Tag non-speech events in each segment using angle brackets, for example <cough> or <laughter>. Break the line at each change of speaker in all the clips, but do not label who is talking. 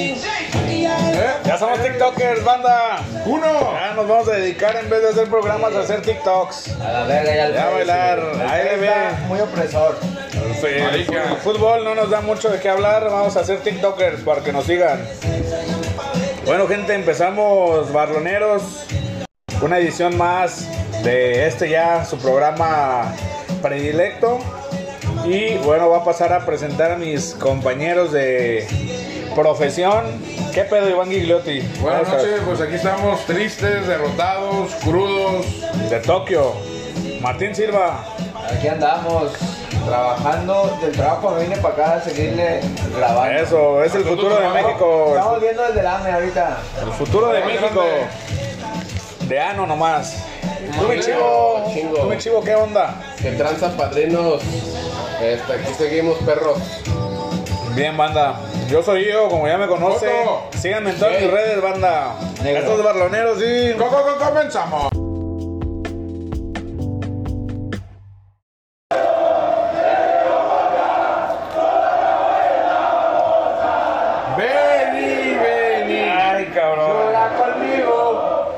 ¿Eh? Ya somos TikTokers, banda.
Uno.
Ya nos vamos a dedicar en vez de hacer programas a hacer TikToks.
A la verga, ya el
Ya
pedo,
bailar,
sí. El
ahí
pedo
le
está
ve.
Muy opresor.
Sí, el fu- el fútbol no nos da mucho de qué hablar. Vamos a hacer TikTokers para que nos sigan. Bueno, gente, empezamos Barloneros. Una edición más de este ya, su programa predilecto. Y bueno, voy a pasar a presentar a mis compañeros de profesión. ¿Qué pedo, Iván Gigliotti?
Buenas
Vamos a-
noches, pues aquí estamos tristes, derrotados, crudos.
De Tokio. Martín Silva.
Aquí andamos. Trabajando, del trabajo me vine para acá a seguirle grabando.
Eso, es el futuro de México.
Estamos viendo el del AME ahorita.
El futuro de México. De ano nomás. Tú, mi chivo.
Chingo.
Tú, mi chivo, ¿qué onda?
Que tranza, padrinos. Este, aquí seguimos, perros.
Bien, banda. Yo soy yo, como ya me conocen.
Otto.
Síganme en todas
Ey.
mis redes, banda.
Negro.
Estos barloneros, sí.
Co- co- co- comenzamos. Vení, vení.
Ay, cabrón.
conmigo.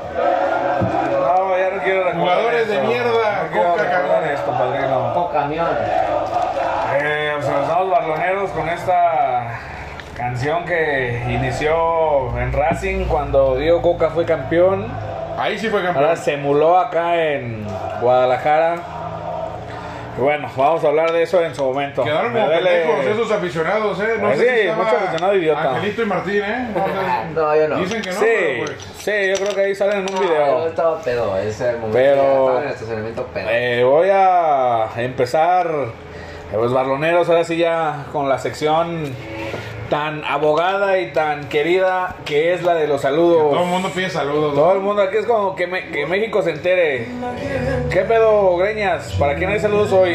No, ya no quiero recordar
Jugadores de
eso.
mierda,
No quiero
coca,
recordar
cabrón.
esto, padrino.
O
<laughs>
camión.
Eh, pues estamos barloneros con esta canción que inició en Racing cuando Diego Coca fue campeón.
Ahí sí fue
Ahora
campeón.
se emuló acá en Guadalajara. Y bueno, vamos a hablar de eso en su momento.
Quedaron
Me
como
duele-
pendejos esos aficionados, ¿eh?
Pues sí, mucho aficionado idiota.
Angelito y Martín, ¿eh? No, sé.
<laughs>
No, yo no.
Dicen que no, pero
Sí,
pues.
sí, yo creo que ahí salen en un
Ah, Yo
video.
estaba pedo, ese era el momento.
Pero-
que Estaba en el estacionamiento pedo.
Eh, voy a empezar, eh, los barloneros, ahora sí ya con la sección tan abogada y tan querida que es la de los saludos.
Todo el mundo pide saludos.
Todo el mundo aquí es como que, me- que México se entere. ¿Qué pedo, Greñas? ¿Para quién hay saludos hoy?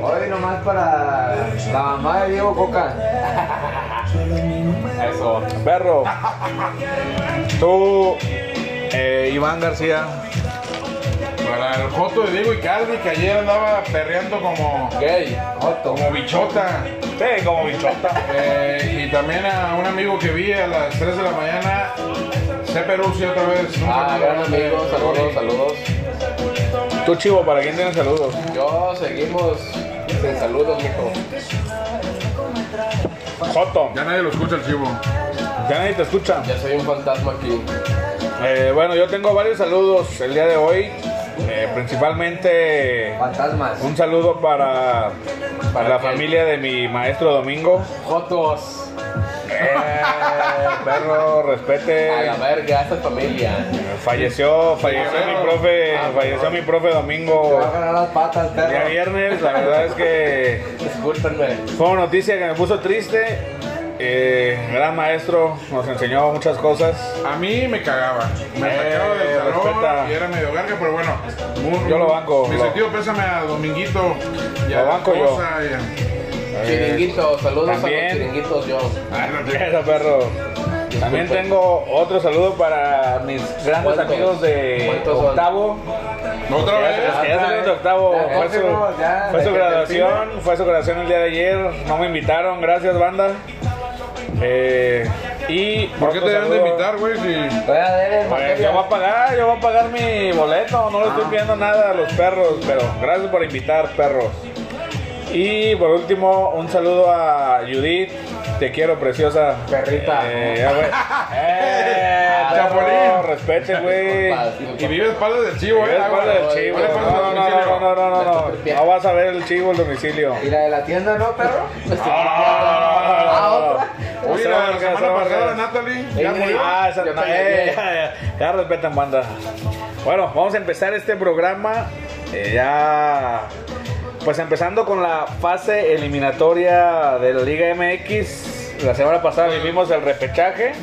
Hoy nomás para la mamá de Diego
<laughs>
Coca.
Eso. Perro. Tú, eh, Iván García.
Para el Joto de Diego y Calvi, que ayer andaba perreando como,
Gay. Otto.
como bichota.
Sí, como bichota.
Eh, y también a un amigo que vi a las 3 de la mañana, Sepe Rusi otra vez. Un
Ah,
saludo.
gran amigo, saludos, saludos.
Tú, Chivo, ¿para quién tienes saludos?
Yo seguimos sin saludos, mijo.
Joto.
Ya nadie lo escucha el chivo.
Ya nadie te escucha.
Ya soy un fantasma aquí.
Eh, bueno, yo tengo varios saludos el día de hoy. Eh, principalmente
Fantasmas.
un saludo para, para la familia de mi maestro Domingo.
Jotos,
Eh, perro, respete.
a la verga, esta familia.
Falleció, falleció mi profe, falleció mi profe
Te va a
domingo
ganar las patas,
el día
perro.
viernes, la verdad es que
Discúlpenme.
fue una noticia que me puso triste. Eh, gran maestro, nos enseñó muchas cosas.
A mí me cagaba. Me
Eh,
sacaba del salón
respeta.
y era medio garga, pero bueno. un-
Yo lo banco,
Mi
lo-
sentido pésame a Dominguito. Y a
Lo
la
banco yo.
esposa
<laughs>
y a-
Eh,
Chiringuitos, saludos a
También.
los chiringuitos yo.
Ah,
Ay, <laughs> no te-
eso, perro. También tengo otro saludo para mis grandes
¿Cuántos?
amigos de
¿Cuántos son?
octavo.
Otra
Ya,
vez.
es que ya salieron de octavo.
Ya,
Fue
cógelo, ya,
su, fue su
de que
graduación, fue su graduación el día de ayer. No me invitaron, gracias banda. Eh, y
¿Por qué te
otro
deben de
saludo.
invitar, güey? Si...
Voy a ver el
Pues yo voy a pagar, yo voy a pagar mi boleto, no le estoy pidiendo nada a los perros, pero gracias por invitar, perros. Y por último, un saludo a Judith, te quiero, preciosa.
Perrita.
Eh, ya, güey. Eh,
Chapulín.
perro, respete, güey.
Y vive espaldas del
Yo
chivo, eh.
después del
Agua.
chivo.
Vale,
No,
pues,
no, no, no, no, no, no, no. No vas a ver el chivo el domicilio.
¿Y la de la tienda no, perro?
Pues,
Ah,
Oye, la de la semana pasada, Natalie. Ya murió.
Ah, esa-
Ya
no,
peleé.
eh, ya, ya, ya respetan banda. Bueno, vamos a empezar este programa. eh, ya. Pues empezando con la fase eliminatoria de la Liga MX. La semana pasada vivimos el repechaje.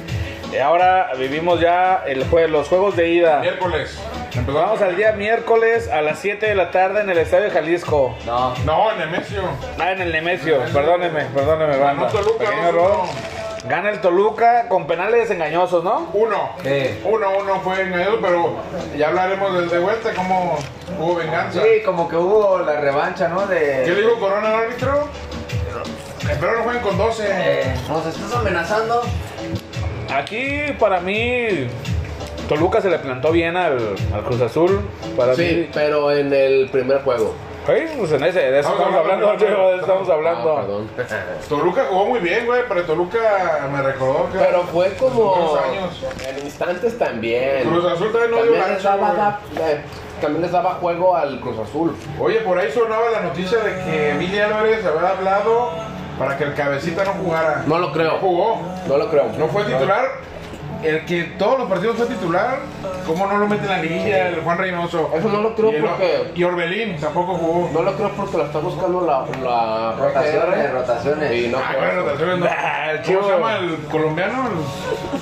Y ahora vivimos ya el jue- los juegos de ida.
Miércoles. Empezamos.
Vamos al día miércoles a las 7 de la tarde en el Estadio Jalisco.
No.
No, Nemesio.
Ah, en el Nemesio, perdóneme, perdóneme, banda.
Toluca,
Pequeño
ganó
error.
Toluca.
Gana el Toluca con penales engañosos, ¿no?
Uno.
Sí.
Uno, uno fue engañado, pero ya hablaremos del de vuelta, cómo hubo venganza.
Sí, como que hubo la revancha, ¿no?
¿Qué le
De.
dijo Corona al árbitro? Espero no jueguen con 12.
eh, ¿Nos estás amenazando?
Aquí para mí Toluca se le plantó bien al, al Cruz Azul. Para
Sí,
mí.
pero en el primer juego.
Ey, pues en ese, de eso estamos hablando, Diego, de eso estamos hablando.
Ah, perdón. <laughs>
Toluca jugó muy bien, güey, pero Toluca me recordó que.
Pero fue como.
Dos años.
En instantes también.
Cruz Azul también no dio
también, les
gancho,
daba,
güey.
da- eh, también les daba juego al Cruz Azul.
Oye, por ahí sonaba la noticia de que Emilio Álvarez había hablado para que el cabecita no jugara.
No lo creo.
No jugó.
No lo creo.
No fue titular. El que todos los partidos fue titular, ¿cómo no lo mete en la liguilla el Juan Reynoso?
Eso no lo creo
Y el-
porque-
Y Orbelín tampoco jugó.
No lo creo porque la está buscando la, la
Rotaciones,
PGR.
rotaciones.
Y no
Ah,
creo.
bueno, rotaciones no.
Ah, el
¿Cómo
Chivo.
se llama el colombiano?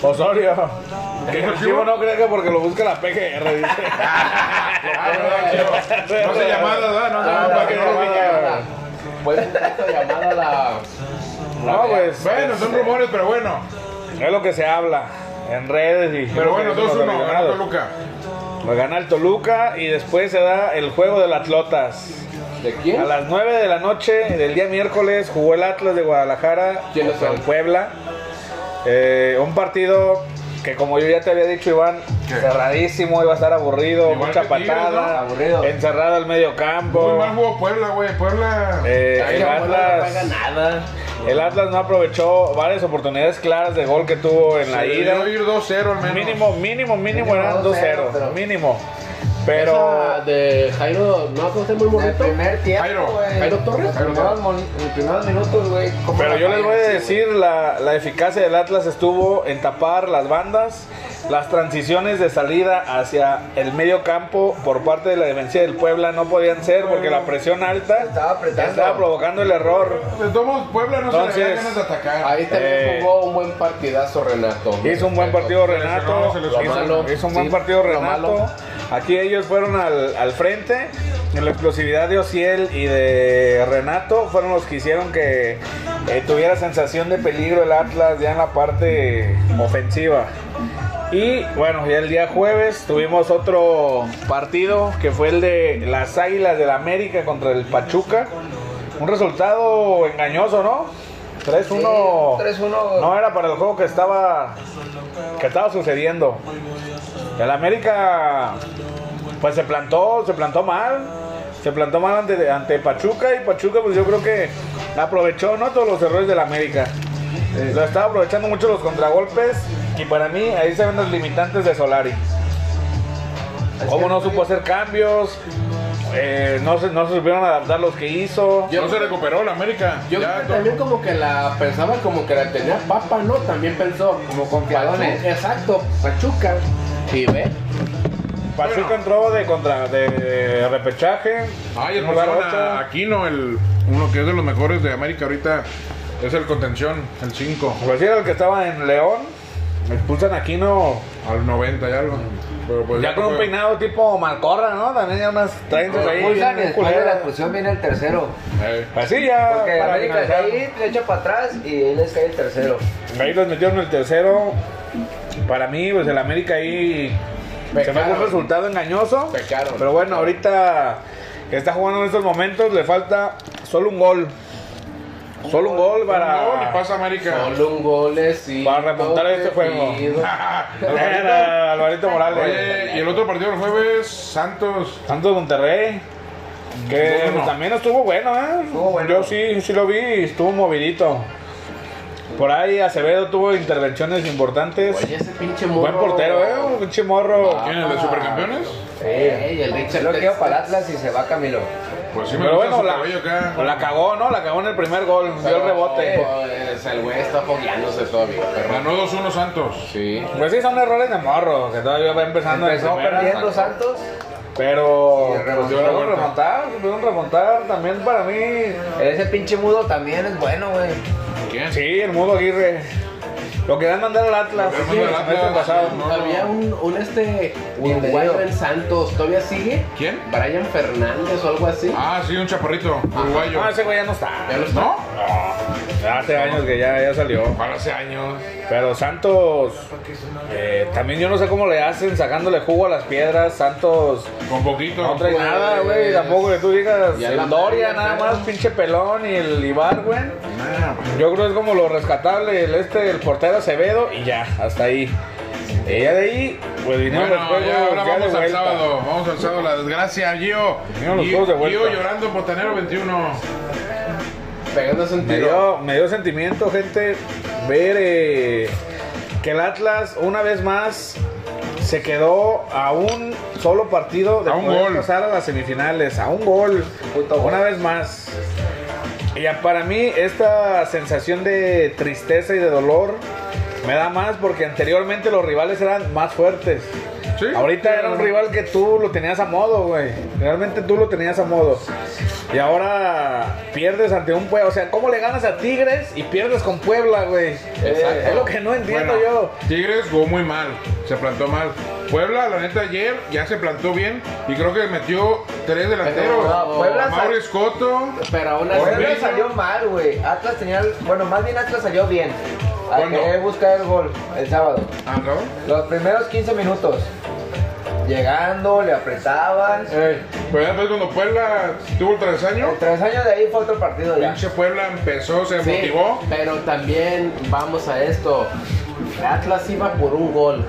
Osorio. Que
¿El
el Chivo no cree que porque lo busca la PGR, dice.
Ah, no, Chivo. <laughs> No se llamaba, ¿verdad? No se
Ah,
llamaba
no,
para que
no, no,
no
no, no. Fue esta llamada la.
No, pues.
Bueno, son rumores, pero bueno.
Es lo que se habla en redes y.
Pero bueno, 2-1, ganó
Ganado.
Toluca.
Gana el Toluca y después se da el juego del Atlotas.
¿De
A
quién?
las 9 de la noche del día miércoles jugó el Atlas de Guadalajara
¿Quiénes
contra el
son?
Puebla. Eh, un partido que como yo ya te había dicho Iván,
¿Qué?
cerradísimo, iba a estar aburrido,
Igual
mucha
que Tigres,
patada,
¿no? Aburrido.
encerrado al medio campo.
Muy mal jugó Puebla, güey. Puebla.
Eh,
Ay,
el,
ya, bueno, no
Atlas,
paga nada.
el Atlas no aprovechó varias oportunidades claras de gol que tuvo en la
se
ida.
debió ir 2-0 al menos.
Mínimo, mínimo, mínimo
Mínimo
eran 2-0,
2-0, pero-
mínimo. Pero...
Esa de Jairo, no, ¿cómo se llama el
En el
morrito?
primer
Jairo.
tiempo, güey.
Jairo Torres.
Los primeros, moni- los primeros minutos, güey. ¿cómo
Pero
la
yo les voy a
fallan,
decir, la, la eficacia del Atlas estuvo en tapar las bandas, las transiciones de salida hacia el medio campo por parte de la defensa del Puebla no podían ser porque la presión alta
Estaba apretando.
estaba provocando el error.
De todos modos, Pues, Puebla no se le
Entonces,
da ganas de atacar.
Ahí
Eh,
también jugó un buen partidazo Renato.
Hizo un buen partido Renato,
Se lesionó, se
lesionó.
hizo, hizo un buen
Sí,
partido
lo
Renato.
malo.
Aquí ellos fueron al, al frente, en la explosividad de Ociel y de Renato fueron los que hicieron que eh, tuviera sensación de peligro el Atlas ya en la parte ofensiva. Y bueno, ya el día jueves tuvimos otro partido que fue el de las Águilas del América contra el Pachuca. Un resultado engañoso, ¿no? 3-1.
Sí, 3-1.
No era para el juego que estaba que estaba sucediendo. El América pues se plantó, se plantó mal. Se plantó mal ante, ante Pachuca y Pachuca pues yo creo que aprovechó no todos los errores del América. Lo estaba aprovechando mucho los contragolpes y para mí ahí se ven los limitantes de Solari.
Es
Como
que
no
el
supo hacer cambios, eh, no, se, no se supieron adaptar los que hizo.
no se recuperó la América.
Yo
Ya,
creo que
to-
también como que la pensaba como que la tenía papa, ¿no? También pensó.
Como confiadones.
Pachuca, Exacto, Pachuca. Y ve.
Pachuca
Bueno.
entró de contra de, de repechaje.
Ay, el
Un lugar
persona,
ocho.
Aquino, el, uno que es de los mejores de América ahorita, es el contención, el 5,
Pues sí, era el que estaba en León. Expulsan a Aquino
al 90 y algo. Pero pues
ya con un
fue-
peinado tipo Malcorra, ¿no? También ya unas 30
Los
ahí.
Expulsan y
bien
después de la
culeras.
expulsión viene el tercero.
Eh,
Pues sí, ya.
Porque
para
América de
finalizar.
ahí le echa para atrás y ahí les cae el tercero.
Ahí los metieron el tercero. Para mí, pues el América ahí se me hace un
Pecaron.
resultado engañoso.
Pecaron.
Pero bueno, ahorita que está jugando en estos momentos, le falta solo un gol. Solo un gol
un gol y
para.
pasa América.
Solo un gol, sí.
Para remontar este juego. Era Alvarito Morales.
Oye, y el otro partido el jueves, Santos.
Santos Monterrey. Que
Bueno.
pues, también estuvo bueno, ¿eh?
Estuvo bueno.
Yo sí, sí lo vi y estuvo movidito. Por ahí Acevedo tuvo intervenciones importantes.
<laughs> Oye, ese pinche morro.
Buen portero, ¿eh? Un pinche morro.
Ah.
¿Quién es el de Supercampeones?
Ey, el Richard
Lo quiero
Texas.
para el Atlas y se va Camilo.
Pues sí, me
Pero
gusta
bueno,
su
la,
cabello acá.
la cagó, ¿no? La cagó en el primer gol. Dio el
Eh,
rebote.
No,
pues,
es- el güey está fogueándose todavía, perro.
Ganó 2-1 Santos.
Sí.
Pues sí, son errores de morro, que todavía va empezando en
Empezó
primera.
perdiendo Santos.
Pero
Y remontó
supieron
la vuelta.
remontar, supieron remontar también para mí.
Ese pinche mudo también es bueno, güey.
¿Quién?
Sí, el mudo Aguirre. Lo querían mandar al Atlas.
Lo querían
sí,
mandar
el
al
semestre
Atlas.
pasado.
No, no.
Había un, un este uruguayo
Bienvenido.
en Santos, ¿todavía sigue?
¿Quién?
Brian Fernández o algo así.
Ah, sí, un chaparrito, uruguayo.
No, ese güey ya no está.
Ya lo está.
¿No?
No. Ya Ya hace años que ya, ya salió.
Para hace años.
Pero Santos, eh, también yo no sé cómo le hacen sacándole jugo a las piedras. Santos
Con poquito. Ah,
no trae nada, güey. Tampoco que tú digas
Ya la
el Doria,
traen,
nada
pero-
más, pinche pelón y el Ibar, güey.
Nah, güey.
Yo creo que es como lo rescatable, el este, el portero Acevedo y ya, hasta ahí. Y ya de ahí, pues vinieron los
Bueno,
juegos
ya ahora
ya de
vamos al
vuelta.
sábado. Vamos al sábado, la desgracia. Gio.
Mira los
Gio-
juegos de vuelta.
Gio llorando, Botanero 21.
Pegándose un
Me
tiro.
dio, me dio sentimiento, gente, ver eh, que el Atlas una vez más se quedó a un solo partido de
A un
poder
gol.
pasar a las semifinales, a un gol,
Puto gol.
una vez más. Y ya para mí esta sensación de tristeza y de dolor me da más porque anteriormente los rivales eran más fuertes.
Sí.
Ahorita era un rival que tú lo tenías a modo, güey. Realmente tú lo tenías a modo. Y ahora pierdes ante un Puebla. O sea, ¿cómo le ganas a Tigres y pierdes con Puebla, güey? Eh,
Exacto.
es lo que no entiendo
Bueno,
yo.
Tigres jugó muy mal, se plantó mal. Puebla, la neta, ayer ya se plantó bien y creo que metió tres delanteros.
Pero, no, Puebla
A Mauro Escoto,
Pero aún así.
Bueno,
Puebla salió mal, güey. Atlas tenía. Bueno, más bien Atlas salió bien. A
¿Cuándo?
querer buscar el gol el sábado.
Ah, cabrón.
Los primeros 15 minutos. Llegando, le apretaban.
Eh, pero ya después cuando Puebla tuvo el travesaño,
El tres años de ahí fue otro partido ya.
pinche Puebla empezó, se
Sí,
motivó.
pero también vamos a esto. Atlas iba por un gol.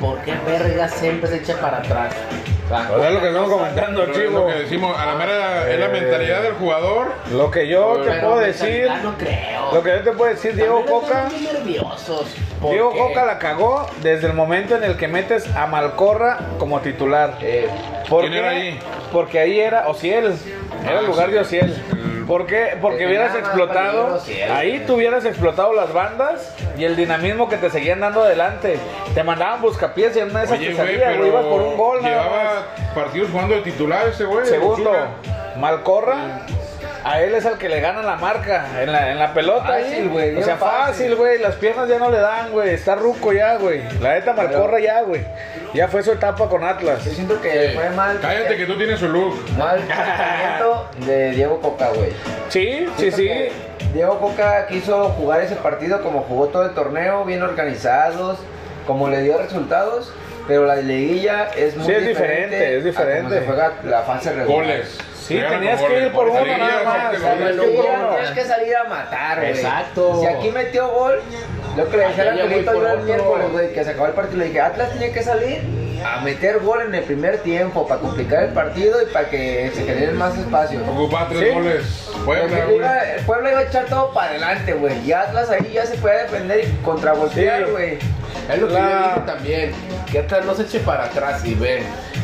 ¿Por qué verga siempre se echa para atrás? O sea,
O sea, Pues es lo que estamos comentando,
Pero es lo
chivo.
que decimos, a la mera es la mentalidad del jugador.
Lo que yo te
pero
puedo
mentalidad
decir,
No creo.
lo que yo te puedo decir, Diego
También estamos
Coca.
muy nerviosos. ¿Por
Diego
qué?
Coca la cagó desde el momento en el que metes a Malcorra como titular.
Eh,
¿Por
¿Quién
qué?
era ahí?
Porque ahí era Ociel. Era el
Ah,
lugar
sí.
de Ociel. ¿Por qué? Porque
Eh,
hubieras
nada más
explotado.
peligro Ociel,
ahí tú hubieras explotado las bandas y el dinamismo que te seguían dando adelante. Te mandaban buscapiés y en una de esas
Oye,
te
güey,
salías, güey, ibas por un
pero
gol nada más.
llevaba partidos jugando de titular ese güey.
Segundo,
Ochoa.
Malcorra. A él es al que le gana la marca en la, en la pelota.
Fácil,
ahí.
güey,
O sea,
bien fácil.
fácil, güey. Las piernas ya no le dan, güey. Está ruco ya, güey. La neta Malcorra ya, güey. Ya fue su etapa con Atlas.
yo siento que
Sí.
fue mal.
Cállate que tú tienes su look.
<laughs>
Mal planteamiento de Diego Coca, güey.
Sí, sí,
Siento
sí.
que Diego Coca quiso jugar ese partido como jugó todo el torneo, bien organizados, como le dio resultados, pero la liguilla es muy
Sí, es
diferente.
diferente, es
a
diferente.
Como se juega la fase regular.
Goles.
Sí,
Llegaron con
tenías que
goles.
ir por uno
Alegría,
nada más.
gente,
O sea,
goles.
la
Tenías que ir
liguilla
por
no
uno.
tienes que salir a matar, güey.
Exacto.
Si aquí metió gol, lo que le dije
Allá
al
ya
Angelito
voy por
yo el
otro.
miércoles, güey, que se acabó el partido, le dije, Atlas tiene que salir a meter gol en el primer tiempo para complicar el partido y para que se generen más espacios.
Ocupaba tres
Sí.
goles. Puebla,
Puebla,
güey.
el Puebla iba a echar todo para adelante, güey. Y Atlas ahí ya se puede defender y
Sí.
contravoltear, güey.
Es lo que
La-
yo dije también. Que Atlas no se eche para atrás y ven.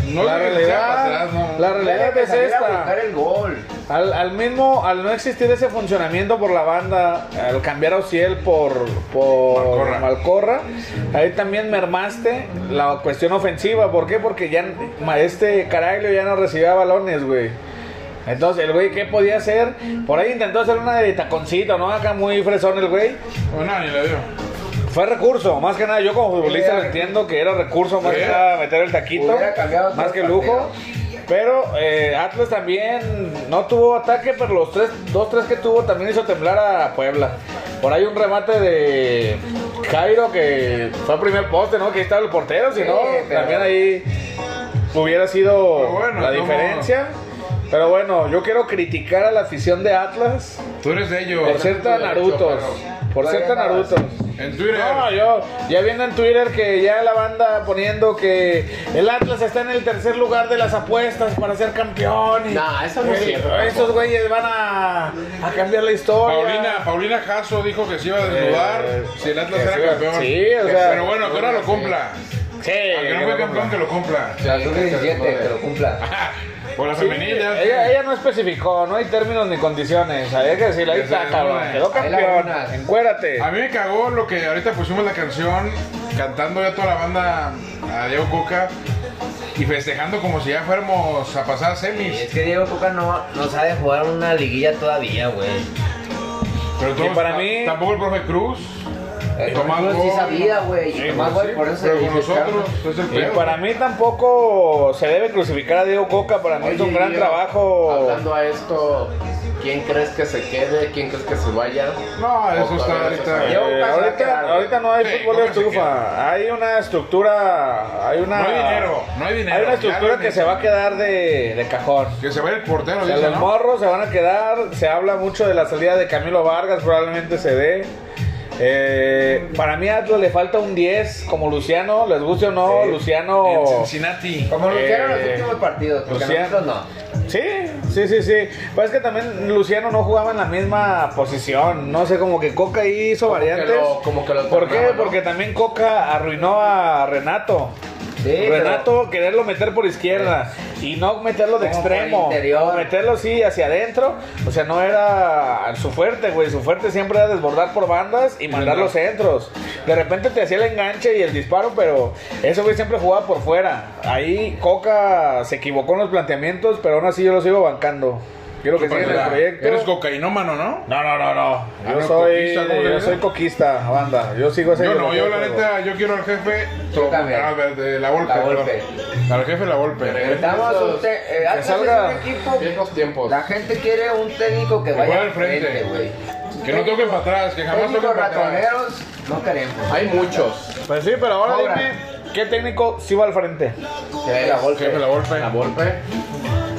No
la
se echa para
realidad,
atrás, no.
la realidad
Tiene que
es
salir A buscar
esta.
el gol.
Al, al mismo, al no existir ese funcionamiento por la banda, al cambiar a Ociel por, por
Malcorra.
Malcorra. ahí también mermaste la cuestión ofensiva. ¿Por qué? Porque ya ma- este Caraglio ya no recibía balones, güey. Entonces, el güey, ¿qué podía hacer? Por ahí intentó hacer una de taconcito, ¿no? Acá muy fresón el güey.
Bueno, ni le dio.
Fue recurso, más que nada. Yo como futbolista
Era-
lo entiendo que era recurso más que
Hubiera-
nada meter el taquito,
hubiera cambiado
más
todo
que
el
lujo.
partido.
Pero eh, Atlas también no tuvo ataque, pero los tres, dos, tres que tuvo también hizo temblar a Puebla. Por ahí un remate de Jairo que fue a primer poste, ¿no? Que ahí estaba el portero, si
Sí,
no,
pero-
también ahí hubiera sido
Pero bueno,
la
como-
diferencia. Pero bueno, yo quiero criticar a la afición de Atlas
Tú eres de ellos.
por ser tan narutos. Por ser tan narutos.
En Twitter.
No, yo ya viendo en Twitter que ya la banda poniendo que el Atlas está en el tercer lugar de las apuestas para ser campeón. y-
Nah, eso no es
Eh,
cierto
Estos güeyes van a, a cambiar la historia.
Paulina, Paulina Jasso dijo que se iba a desnudar
Eh,
si el Atlas
que se
era
iba-
campeón.
sí, o sea-
Pero bueno, que ahora lo cumpla.
Sí,
Aunque no fue campeón, que lo cumpla. <laughs>
La sub-17, que lo cumpla.
Por la
Sí,
femenina.
ella, ella no especificó, no hay términos ni condiciones. Había que decirle, ahí
Que se
está, cabrón,
desnude.
quedó
Ahí la
campeón.
unas.
Encuérate.
A mí me cagó lo que ahorita pusimos la canción, cantando ya toda la banda a Diego Coca y festejando como si ya fuéramos a pasar semis.
Es que Diego Coca no, no sabe jugar una liguilla todavía, güey.
Pero todos-
Y para mí-
tampoco el profe Cruz.
El
Tomás
Eh, Cruz sí
Boy,
sabía, güey.
Sí,
y Tomás
pues
Boy,
sí,
por eso
pero
se
con nosotros pues, es el
Y
pedo.
para mí tampoco se debe crucificar a Diego Coca, para mí es
Oye,
un gran
yo,
trabajo.
Hablando a esto, ¿Quién crees que se quede? ¿Quién crees que se vaya?
No, eso está
O todavía no se
ahorita.
sabe.
Eh,
Yo paso a
ahorita,
quedar.
ahorita no hay
Sí,
fútbol de
¿cómo se
estufa. Hay una estructura. Hay una,
No hay dinero, no hay dinero.
Hay una
Ya
estructura
lo
que se va a
mencioné.
quedar de, de cajón.
Que se vaya el portero,
O sea,
dice,
los
¿no?
morros se van a quedar. Se habla mucho de la salida de Camilo Vargas, probablemente se dé. Eh, para mí a Atlas le falta un 10, como Luciano, les guste o no,
Sí.
Luciano...
En Cincinnati.
Como lo hicieron
Eh,
los últimos partidos, porque
Luciano.
nosotros no.
Sí, sí, sí, sí. Pues es que también Luciano no jugaba en la misma posición. No sé, como que Coca ahí hizo
Como que
variantes.
lo- como que lo
¿Por qué?
alternaba, ¿no?
Porque también Coca arruinó a Renato.
Sí, pero-
Renato quererlo meter por izquierda y no meterlo de
Como por
extremo.
interior.
Meterlo sí hacia adentro. O sea, no era su fuerte, güey. Su fuerte siempre era desbordar por bandas y mandar los centros. De repente te hacía el enganche y el disparo, pero eso güey siempre jugaba por fuera. Ahí Coca se equivocó en los planteamientos, pero aún así yo lo sigo bancando. Yo lo que sigue en el proyecto.
Eres cocainómano, ¿no?
no, no, no, no. Yo
Ah, no,
soy,
coquista, ¿cómo le
yo
dicen?
soy coquista, banda. Yo sigo ese
Yo no, yo
ideología,
la
pero-
neta, yo quiero al jefe.
Yo también.
Ah, de, de la golpe.
La Volpe.
Al jefe la golpe.
Pero-
Estamos un te- eh, Atlas
salga.
es un equipo.
Viejos tiempos.
La gente quiere un técnico que
Que
vaya
juegue
al frente, güey.
Que no toquen para atrás, que jamás toquen
Técnicos
para atrás.
ratoneros no queremos.
Hay muchos.
Pues sí, pero ahora
Ahora.
dime, ¿qué técnico sí va al frente?
Que vaya la Volpe.
Jefe la golpe.
La Volpe.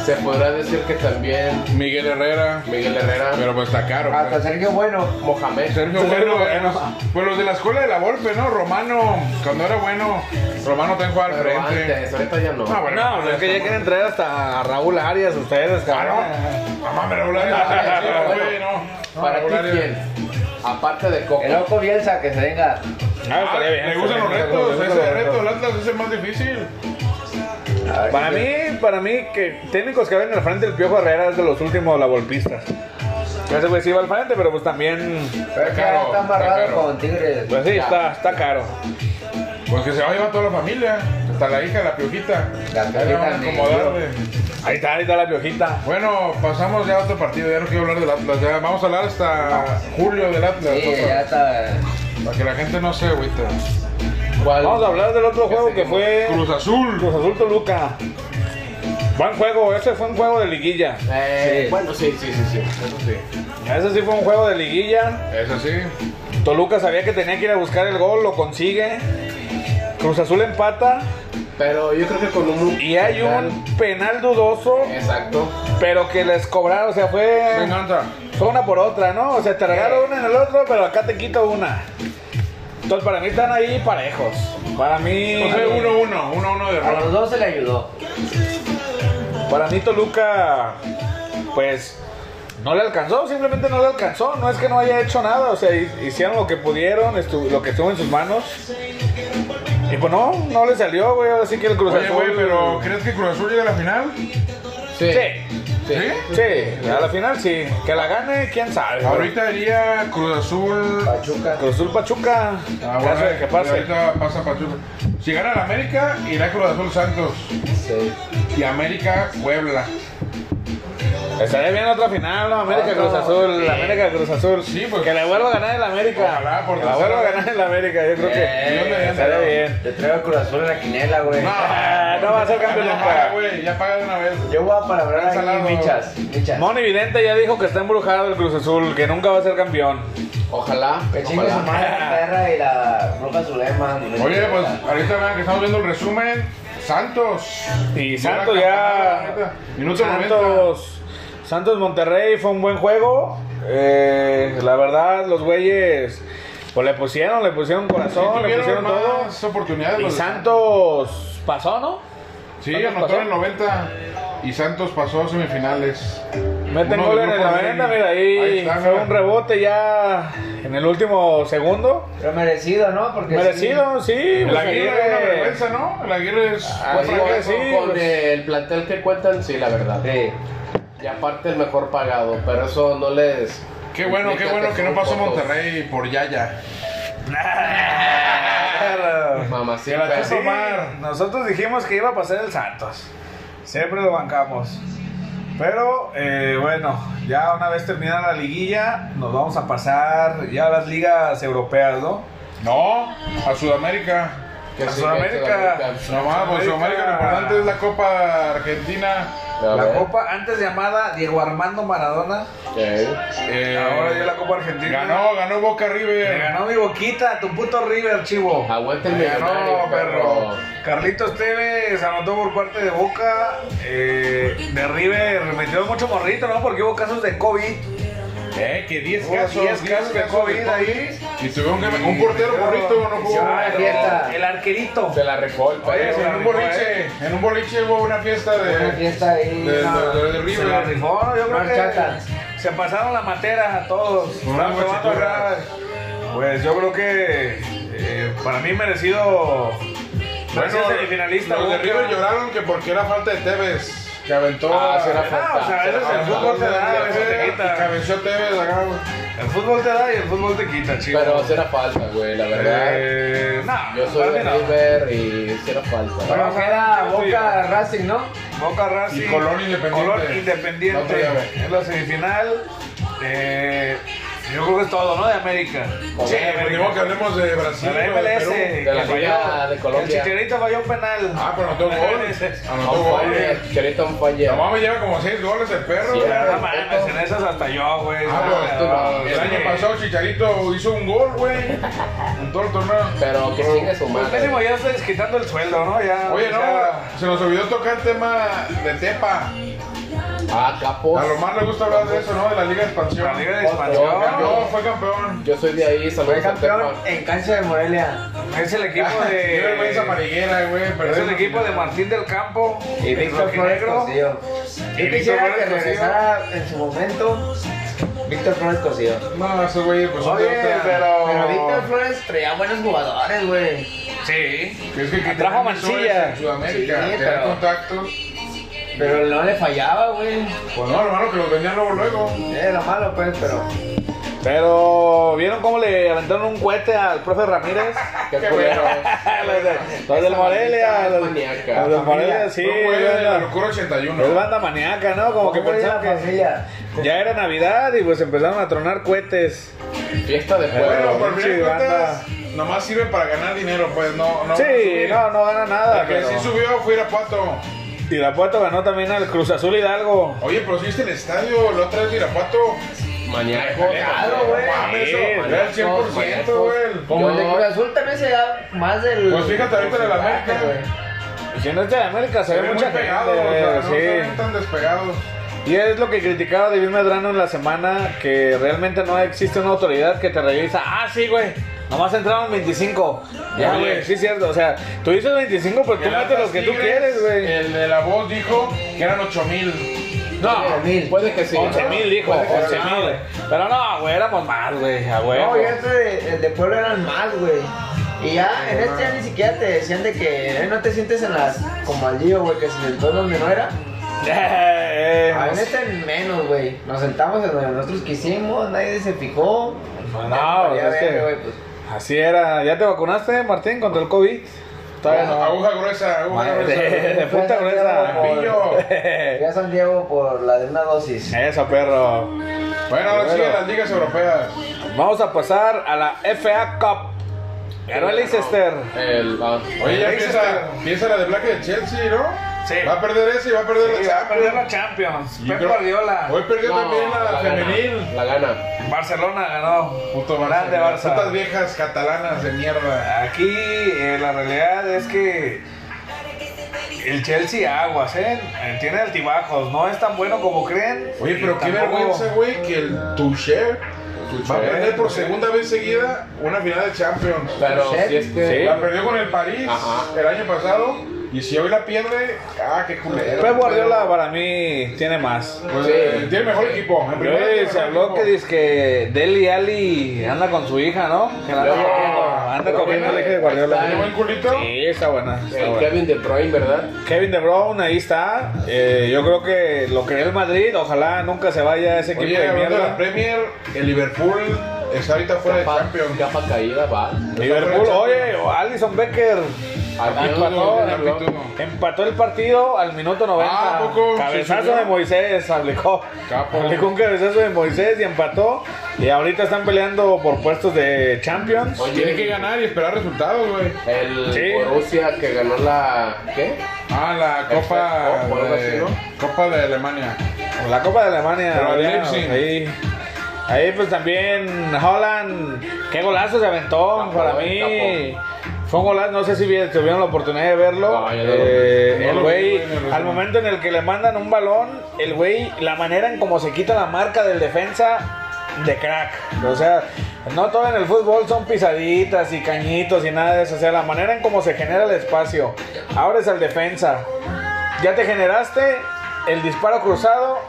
Se podrá decir que también
Miguel Herrera.
Miguel Herrera.
Pero pues está caro.
Hasta
pues.
Sergio Bueno.
Mohamed.
Sergio Bueno, pues los de la escuela de la golpe, ¿no? Romano, cuando era bueno, Romano también jugaba al
Pero
frente.
antes, ahorita ya no.
Ah, bueno.
No, pues es que ya quieren traer hasta a Raúl Arias ustedes, cabrón.
Ah, no. Mamá, me lo hablaron. Güey, no.
¿Para
Me lo
ti
hablaron.
quién? Aparte de
El
Coco.
loco Bielsa que se venga.
Ah, le gustan los retos, ese reto del Atlas es el más difícil.
Para mí, para mí, que técnicos que ven al frente del Piojo Herrera es de los últimos lavolpistas. Ese güey sí va al frente, pero pues también,
Pero es que
caro,
ahora está
está
amarrado
caro.
con Tigres.
pues sí,
Ya.
está, está caro.
Pues que se va a llevar toda la familia, hasta la hija, la piojita.
La
Ahí
piojita,
van a
mi
acomodar,
Dios.
güey.
Ahí está, ahí está la piojita.
Bueno, pasamos ya a otro partido, ya no quiero hablar del Atlas, ya vamos a hablar hasta julio del Atlas.
Sí,
otro.
ya está.
Para que la gente no se agüite.
¿Cuál?
Vamos a hablar del otro juego que
seguimos.
fue
Cruz Azul.
Cruz Azul Toluca. Buen juego, ese fue un juego de liguilla.
Eh,
Sí.
Bueno, sí, sí, sí, sí. Eso sí.
Ese sí fue un juego de liguilla.
Eso sí.
Toluca sabía que tenía que ir a buscar el gol, lo consigue. Cruz Azul empata
Pero yo creo que con un.
y hay un penal dudoso,
Exacto.
pero que les cobraron, o sea,
Me
fue,
encanta.
fue una por otra, ¿no? O sea, te regalo una en el otro, pero acá te quito una. Entonces, para mí están ahí parejos. Para mí,
O sea, 1-1, 1-1 de
A
error.
los dos se le ayudó.
para mí Toluca, pues, no le alcanzó, simplemente no le alcanzó. No es que no haya hecho nada, o sea, hi- hicieron lo que pudieron, estu- lo que estuvo en sus manos. Y pues no, no le salió, güey. Así que el Cruz
Oye,
Azul.
güey, pero ¿crees que Cruz Azul llega a la final?
Sí.
Sí,
Sí.
¿Sí?
sí, a la final sí. Que la gane, quién sabe. güey.
Ahorita iría Cruz Azul.
Pachuca.
Cruz Azul Pachuca,
Ah,
caso
bueno,
de que pase.
Ahorita pasa Pachuca. Si gana el América, irá Cruz Azul Santos.
Sí.
Y América Puebla.
Estaría bien otra final, ¿no? América
Otro,
Cruz Azul,
sí.
América Cruz Azul.
Ah, Sí, pues.
Que le vuelva a ganar el América.
Ojalá, por
que la vuelva a
tercera
ganar el América, yo creo
Eh,
Bien.
que. Estaría bien.
Te traigo el Cruz Azul en la quinela, güey.
Ah, no va a ser campeón
Ya
nunca.
paga, güey, ya paga de una vez.
Yo voy a palabrar aquí,
Cancelado.
michas. Michas.
Moni Vidente ya dijo que está embrujado el Cruz Azul, que nunca va a ser campeón.
Ojalá.
Que chingue su
Ojalá.
madre la perra y la bruja Zulema.
Oye, pues ahorita vean que estamos viendo el resumen. Santos.
Y
Dio
Santos
la campanada,
ya.
neta. Minuto
Santos. Santos Monterrey fue un buen juego. Eh, la verdad, los güeyes. Pues le pusieron, le pusieron
90.
corazón,
Sí,
le pusieron
tuvieron
todo.
más oportunidades.
Y
los de-
Santos pasó, ¿no?
Sí,
Santos
anotó
pasó.
en el 90. Y Santos pasó a semifinales.
Meten
Uno
gol
del
en el
grupo
90,
de-
mira, ahí,
Ahí está,
fue
mira.
un rebote ya en el último segundo.
Pero merecido, ¿no? Porque
Merecido, sí. pues,
El Aguirre es una
Aguirre-
vergüenza, ¿no? El Aguirre es.
Ah,
Pues
sí,
con-
güey, sí,
con
pues.
el plantel que cuentan, sí, la verdad.
Sí. sí.
Y aparte el mejor pagado, pero eso no les...
Qué bueno, qué
implica
bueno que no
son
pasó
fotos.
Monterrey por Yaya. Que la
Mamacita.
chupa.
Sí, nosotros dijimos que iba a pasar el Santos. Siempre lo bancamos. Pero eh, bueno, ya una vez terminada la liguilla, nos vamos a pasar ya a las ligas europeas, ¿no?
No, a Sudamérica. pues,
Que
A
sí, que
Sudamérica.
Sudamérica.
No, vamos, Sudamérica lo importante es la Copa Argentina
A
La
ver.
copa antes llamada Diego Armando Maradona.
Ok.
Eh,
Ahora dio la Copa Argentina.
Ganó, ganó Boca
Me
River.
ganó mi boquita, tu puto River, chivo.
Aguanta el
Me ganó,
millonario,
perro.
perro.
Carlitos Tevez anotó por parte de Boca. eh, de River metió mucho morrito, ¿no? Porque hubo casos de COVID.
Eh, que 10
Hubo
casos.
10 casos de COVID ahí.
Y tuvieron que un portero burrito, no jugó.
Ah,
Ay, fiesta.
El arquerito.
Se la rifó el
Oye,
perro.
se la
En un boliche, en un boliche hubo una fiesta
Una
de,
fiesta ahí.
de, de-
no.
de- de
Se la
River.
rifó, yo creo
Marchata.
que se pasaron la matera a todos.
Una
Estaban probando
guachiturra.
raras. Pues yo creo que eh, para mí merecido bueno, semifinalista.
los de
Boca.
River lloraron que porque era falta de Tevez, que aventó.
Ah,
a-
sí era
Ah, o sea, a veces el fútbol te da, a veces te
Y
quita.
cabeció Tevez acá, güey.
El fútbol te da y el fútbol te quita, chico.
Pero sí era falta, güey, la verdad.
Eh, no,
Yo soy de
para mí no.
River y sí era falta.
Bueno, queda Boca Racing, ¿no?
Boca Racing.
Y Colón Independiente.
Colón
La otra
Independiente.
llave.
En la semifinal. Eh, yo creo que es todo, ¿no? De América.
Colón,
Sí,
Pero
América.
digo que hablemos de Brasil.
De la
o de
MLS.
Perú.
De la
que
Liga
falló.
de Colombia.
El Chicharito falló un penal.
Ah, pero anotó gol.
<laughs> Ah,
Anotó
Un
gol.
fire, Chicharito un fire.
La mamá lleva como 6 goles el perro.
Sí,
güey.
era.
No mames, en esas hasta yo, güey.
Ah,
tú no.
pero el año pasado Chicharito hizo un gol, güey. En todo el torneo.
Pero que sigue su
Pues
madre.
mínimo ya estás quitando el sueldo, ¿no? Ya. pues,
Oye, no,
ya-
se nos olvidó tocar el tema de Tepa.
Ah, capos.
A lo más le gusta hablar de eso, ¿no? De la Liga de Expansión.
La Liga de
Fue campeón,
Expansión.
fue campeón.
Yo soy de
Fue
ahí, saludos a
campeón
Tepa.
en cancha de Morelia.
Es el <laughs> equipo
<laughs> Qué vergüenza
de.
amarillera, güey.
Es
perder
el
una
equipo de
final.
Martín del Campo.
Y
el
Víctor Flores
rojinegro.
Cosío. Yo
Víctor
quisiera que
Flores Cosío.
regresara en su momento Víctor Flores Cosío.
No, ese güey, pues son de
Oye,
otra-
pero-
Pero Víctor Flores traía buenos jugadores, güey.
Sí.
Es que que
Trajo
tenían visores
Mancilla.
En Sudamérica,
Sí,
tenían
pero-
contactos.
Pero no le fallaba, güey.
Pues no, hermano, que los vendían luego, luego.
Era malo, pues, pero.
Pero, ¿vieron cómo le aventaron un cohete al profe <laughs> Ramírez?
Qué culero.
los, de- los del Morelia, los,
Maníaca.
los del Morelia, sí,
No fue de la
banda,
locura 81.
es banda maníaca, ¿no? Como que
¿Cómo era
pensaron
la
que
familia?
ya era Navidad y pues empezaron a tronar cohetes.
Fiesta de
Bueno,
pueblo.
por fin de
Sí,
cuentas, nomás sirve para ganar dinero, pues no. no
Sí, no, no gana nada.
El que
Pero...
sí subió fue Irapuato.
Irapuato ganó también al Cruz Azul Hidalgo.
Oye, pero si viste el estadio, la otra vez de Irapuato.
Maníaco.
Claro, güey. mames,
Sí,
eso, Era el 100%, güey.
Como el de
Yo-
Cruz Azul también se da más del.
Pues fíjate ahorita en el América,
güey.
Y si no está en este América, se, ve
Se ven muy
mucha gente.
pegados, o sea, no
sí.
se ven tan despegados.
Y es lo que criticaba David Medrano en la semana, que realmente no existe una autoridad que te revisa. Ah, sí, güey. Nomás entraron 25. Ya,
Oye.
güey. Sí, cierto. O sea, tú dices 25, pero tú
El
metes los
Atlas
que tú
Tigres, eh,
quieres, güey.
El de la voz dijo que eran 8000.
No.
mil.
Puede que sí.
11 mil, dijo.
Puede que sí.
11 mil. Pero no, güey, éramos más, güey. A huevo.
No,
<laughs>
ya este de, el de pueblo eran más, güey. Y ya en este ya ni siquiera te decían de que eh, no te sientes en las. como al lío, güey, que se sentó donde no era.
Eh,
Ah, en este menos, güey. Nos sentamos en donde nosotros quisimos, nadie se fijó.
No,
Ya
pues, es
ves,
que-
güey, pues.
Así era. ¿Ya te vacunaste, Martín, contra el COVID? Todavía no.
Aguja gruesa, aguja
Ah, De,
gruesa.
de punta gruesa.
Pillo.
Fui a San Diego por la de una dosis.
<laughs> Eso, perro.
Bueno, ahora sí,
Bueno.
las ligas europeas.
Vamos a pasar a la FA Cup. Ganó el Leicester.
El, ah,
Oye, ya
Ahí
empieza,
está.
empieza la de Black de Chelsea, ¿no?
Sí.
Va a perder ese y va a perder la Champions.
Champions.
Y creo- Hoy perdió
no,
también la,
gana,
femenil.
la gana.
Barcelona ganó.
Puto Barça.
Grande Barça.
Putas viejas catalanas de mierda.
Aquí eh, la realidad es que el Chelsea aguas, ¿eh? Eh, Tiene altibajos. No es tan bueno como creen.
Oye, pero
Y
qué
tampoco-
vergüenza, güey, que el Touché va a perder por segunda vez seguida una final de Champions.
Pero
¿Sí?
si es que.
La perdió con el París
Ajá.
el año pasado. Y si hoy la pierde, ah, qué culero.
Pep Guardiola para mí tiene más.
Pues,
Sí.
eh, tiene mejor equipo. En primera
Oye,
tiene
se
mejor
habló
equipo.
que dice que Deli Ali anda con su hija, ¿no? Que la anda
No.
cogiendo. Anda
Pero
cogiendo
bueno,
la hija de Guardiola.
¿Tiene buen culito?
Sí, está buena. está
El
Ah,
buena.
Kevin De Bruyne, ¿verdad?
Kevin De Bruyne, ahí está. Eh, yo creo que lo creó el Madrid. Ojalá nunca se vaya ese equipo
Oye,
de
hablando de la
mierda.
Premier, el Liverpool está ahorita fuera de
Capa,
Champions.
capa caída, va.
Liverpool, oye, o Alisson Becker.
Adiós.
Empató,
el
empató-
árbitro.
empató el partido al minuto 90.
Ah, ¿a poco? Sí,
Cabezazo
señor.
de Moisés, aplicó.
Capo.
Aplicó un cabezazo de Moisés y empató. Y ahorita están peleando por puestos de Champions.
Oye,
Tiene que ganar y esperar resultados, güey.
El
Sí.
Borussia que ganó la. ¿Qué?
Ah, la
Copa, o
Copa
algo
de,
así,
Copa de Alemania.
La Copa de Alemania.
Pero al
ya,
Leipzig.
Ahí. Ahí pues también Holland, qué golazo se aventó
Capo,
para
eh,
mí. Fue un golazo, no sé si vi- tuvieron la oportunidad de verlo.
No, yo no lo vi.
Eh,
No
el
lo vi,
güey,
güey, no lo vi.
al momento en el que le mandan un balón, el güey, la manera en cómo se quita la marca del defensa, de crack. O sea, no todo en el fútbol son pisaditas y cañitos y nada de eso. O sea, la manera en cómo se genera el espacio. Ahora es al defensa. Ya te generaste el disparo cruzado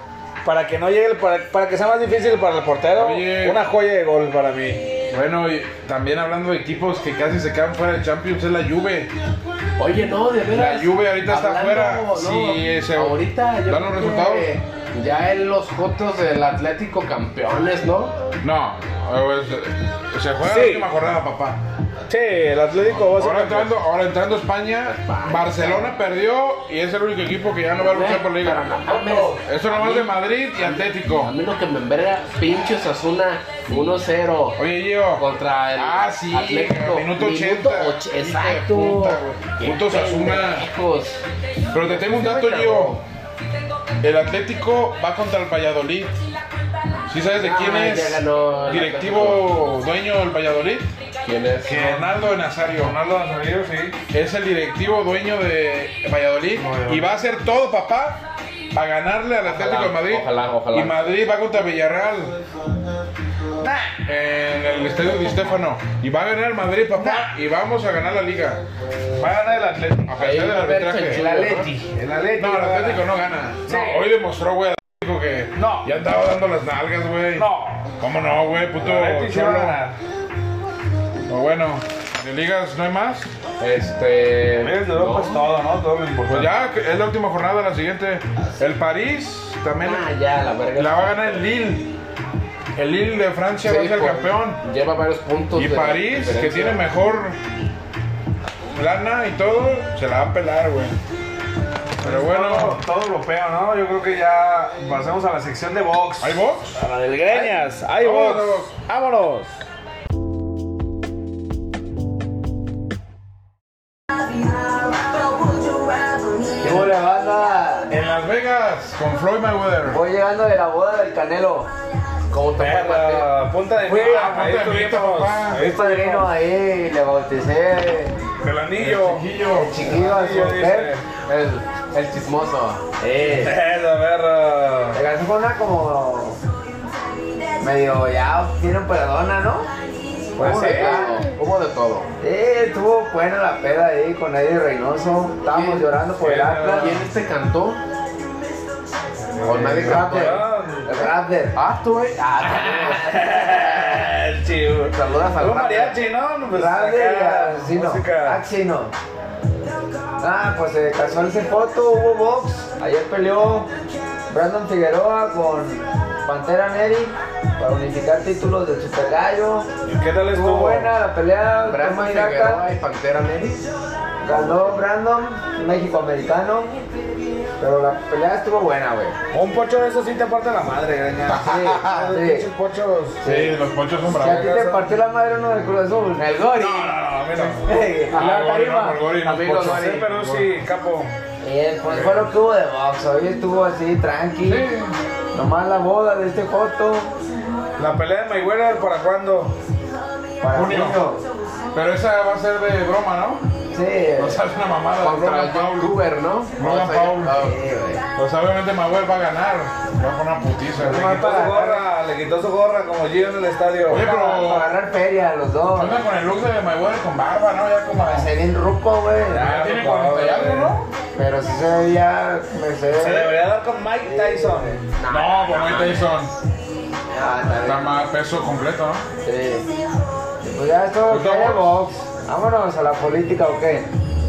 para que no llegue, el- para, para que sea más difícil para el portero.
Oye.
Una joya de gol para mí.
Bueno, y también hablando de equipos que casi se quedan fuera de Champions, es la Juve.
Oye, no, de veras.
La Juve ahorita está afuera.
no,
Sí, se-
ahorita
dan
yo
los
creo que
resultados.
Ya en los jotos del Atlético campeones, ¿no?
No, pues, se juega
Sí.
la última jornada, papá.
Sí, el Atlético va a ser
Ahora
campeón.
entrando, ahora entrando a España, Barcelona perdió y es el único equipo que ya no va a luchar por la
Pero no
liga.
mames.
Eso nomás de Madrid y
A
Atlético.
mí lo que me enverga, pinche Sasuna 1-0.
Oye, Gio.
Contra el
Ah, sí.
Atlético.
Minuto 80.
och-
Hijo de
exacto.
puta, güey.
Qué
Puto Osasuna.
pendejos.
Pero te tengo un dato, Gio. El Atlético va contra el Valladolid. ¿Sí sabes de
Ah,
quién
ya
es?
ganó el
Directivo dueño del Valladolid.
¿Quién es?
Leonardo de Nazario.
Ronaldo Nazario, sí.
Es el directivo dueño de Valladolid.
Valladolid.
Y va a hacer todo, papá. Para ganarle al Atlético de Madrid.
ojalá, ojalá.
Y Madrid va contra Villarreal. En el estadio de Stefano. Y va a ganar Madrid, papá. Y vamos a ganar la liga.
Va a ganar el Atlético.
A pesar
Ahí
del
va a haber
arbitraje.
chanchullo, ¿no?
El Atlético.
No, el
va a
Atlético
ganar.
no gana.
Sí.
No, hoy demostró, güey, al Atlético que
No.
ya andaba dando las nalgas, güey.
No.
¿Cómo no, güey? Puto
El Atlético sí va a
cholo.
ganar.
Pero bueno, de ligas no hay más.
Este.
Ves, de Europa es todo, ¿no? Todo lo
Pues
importante.
ya es la última jornada, la siguiente. El París también
Ah, ya, la verga.
la va a ganar el Lille. El Lille de Francia va a
Sí,
ser el
por-
campeón.
Lleva varios puntos.
Y
de
París, que
diferencia.
tiene mejor lana y todo, se la va a pelar, güey. Pero bueno,
Todo, todo europeo, Pues ¿no? Yo creo que ya pasemos a la sección de box.
¿hay box?
A la del Greñas. Hay box.
Vámonos.
Vámonos.
¿Qué la banda?
En Las Vegas con Floyd Mayweather.
Voy llegando de la boda del Canelo.
Como te acuerdas,
Perra, punta de
Fui
mira,
a
punta
ahí
de
estuvimos,
mira, papá.
ahí
Mi padrino
estuvimos.
ahí, le bauticé.
El anillo.
Chiquillo.
Chiquillo a su
Yo
mujer.
dice.
el, el chismoso.
Eh,
Esa
<laughs>
perra.
Le casó con una como. medio ya, tiene un perdona, ¿no?
Pues
Hubo
sí.
de todo, Hubo de todo.
Eh, estuvo buena la peda ahí con Eddie Reynoso. Estábamos
Sí,
llorando por el
sí,
Atlas.
¿verdad?
¿Quién te cantó? O nadie
El
cantó.
rapper.
Ah.
El rapper.
Eh, Ah, tú, eh. Ah,
Chivo.
Saludas al
Un
rapper.
mariachi, ¿no? Pues
Grande y
acá,
asesino.
música.
Axino. Ah, pues se casó el Cefoto, hubo box. Ayer peleó Brandon Figueroa con Pantera Neri para unificar títulos del Super Gallo.
¿Y ¿Qué tal
Estuvo
estuvo?
buena la pelea,
Ah, tú.
toma
Brandon
y daca.
Figueroa y Pantera Neri.
Ganó Brandon, México-americano. Pero la pelea estuvo buena, güey.
Un pocho de esos sí te parte la madre, greña.
Sí,
Esos
sí.
pinches pochos.
Sí, los ponchos son
Si a ti
bravos.
te partió la madre uno del Cruz Azul.
El Gori.
<laughs> Eh,
Ah,
La
Gori,
tarima.
no, por Gori, no,
Amigo
pochos.
Gori.
Sí, pero sí, capo.
Eh, pues fue lo que hubo de box, hoy estuvo así tranqui. Nomás la boda de este Joto
La pelea de Mayweather, ¿para cuándo?
para
Junio.
junio.
Pero esa va a ser de broma, ¿no?
Sí,
No sabes una mamada.
Contra
Roman
el
Paul.
youtuber, ¿no?
Roman
O sea,
Paul.
ah,
sí, güey.
Pues obviamente Manuel va a ganar. Va a poner una putiza.
Le
güey.
quitó su gorra, le quitó su gorra como Gio en el estadio.
Oye, pero-
Para, para agarrar feria los dos.
Anda con el look de Mayweather con barba, ¿no? Ya como...
Pues Se ve bien ruco, güey.
Ya tiene 40 y algo, ¿no?
Pero sí se veía. Me se ve-
Se debería dar con Mike Tyson.
No, con Mike Tyson.
Ah, está
Está
bien.
más peso completo, ¿no?
Sí. Y Pues ya es todo lo que hay de box. Vámonos a la política o qué.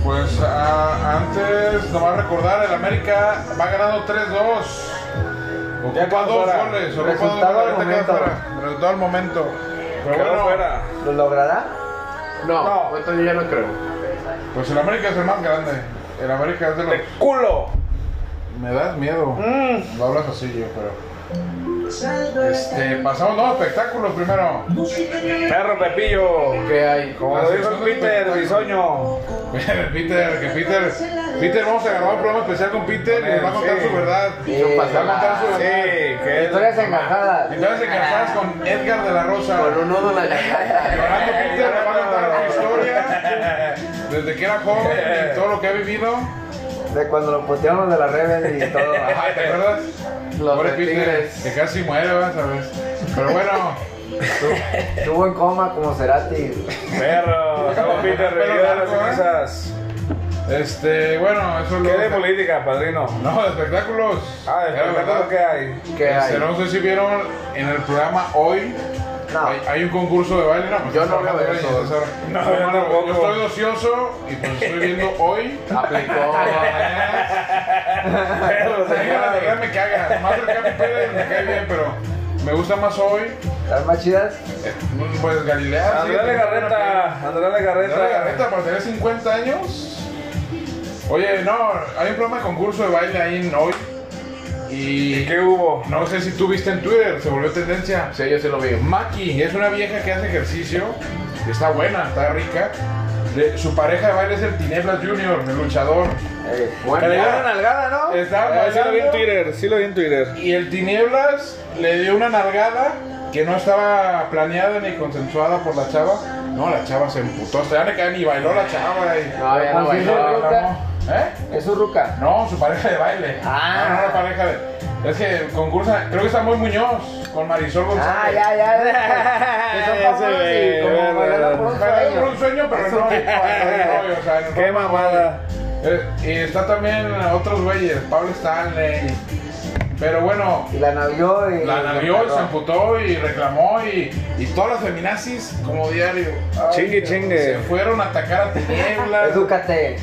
Pues ah, antes, nomás recordar, el América va ganando 3-2.
Ya
Ocupa
quedó
dos
fuera.
goles, ocupa
Resultado
dos goles,
al
ahorita queda
momento.
fuera. Resultado al momento. Pero
Quedó
bueno,
fuera.
¿Lo logrará?
No,
No.
entonces yo ya no creo.
Pues el América es el más grande. El América es de los.
¡De culo!
Me das miedo. Lo hablas así yo, pero. Este, pasamos dos espectáculos primero.
Perro Pepillo.
¿Qué hay?
Como lo dijo Peter Bisoño.
Peter, que Peter. Peter, vamos a grabar un programa especial con Peter y nos va a contar
Sí.
su verdad.
Sí.
Nos va a contar su
Sí,
verdad.
que es-
Historias encajadas.
Entonces te casas con Edgar de la Rosa.
Con un nudo en la garganta.
Llorando Peter nos va a contar su historia. Desde que era joven y todo lo que ha vivido.
De cuando lo putearon de la Rebel y todo.
Ajá, ¿te acuerdas?
Los
Pobre
de
Peter,
Tigres.
que casi muere, ¿verdad? ¿sabes? Pero bueno.
Estuvo en coma como Cerati.
Perro. Como Peter
Pero
revivió de las
largo, ¿eh?
cenizas.
Este, bueno, eso es
¿Qué
lo
de política, padrino?
No, de espectáculos.
Ah, de
Era
espectáculo
verdad.
que hay.
¿Qué hay?
Este, no sé si vieron en el programa hoy.
No.
Hay, hay un concurso de baile, no, pues
Yo
estás
no veo
trabajando,
eso.
oye, César.
No,
Yo
yo
hermano,
tampoco.
yo estoy ocioso y pues estoy viendo
<laughs>
hoy.
Aplicó.
Perro,
O sea, yo pues, la verdad me caga. Más el Capi Pérez me cae bien, pero me gusta más hoy.
¿Están más chidas?
Eh, Pues Galilea. sí,
Andrés Garreta. Andrés
Andrea Garreta
Garreta.
para tener 50 años. Oye, no, hay un programa de concurso de baile ahí en hoy.
¿Y
Y
qué hubo?
no sé si tú viste en Twitter, se volvió tendencia.
<laughs> Sí, yo sí lo vi.
Maki es una vieja que hace ejercicio, y está buena, está rica. Le- su pareja de baile es el Tineblas Junior, el luchador.
Eh,
Que
Bueno,
le dio
ya.
una nalgada, ¿no?
Estaba
Eh, Sí lo vi en
bailando.
Twitter, sí lo vi en Twitter.
Y el Tinieblas le dio una nalgada que no estaba planeada ni consensuada por la chava. No, la chava se emputó, hasta ya le cae ni bailó la chava. y-
No, ya no
Pues sí,
bailó.
yo creo
No, no. ¿Eh?
es su ruca.
No, su pareja de baile.
Ah.
No, no, la pareja de. Es que concursa, creo que está muy Muñoz con Marisol González.
Ah, ya, ya. Que son
Ese
famosas
güey,
y como
güey,
bailaron por
güey.
un
Bailaron por un
sueño.
sueño, pero no. no, o sea, no.
Qué mamada.
Eh, Y está también otros güeyes, Pablo Stanley. Pero bueno,
Y la navió y...
la navió y se amputó y reclamó y, y todas las feminazis, como diario. ay,
Chingue, chingue.
Se fueron a atacar
<laughs>
a tinieblas.
Edúcate.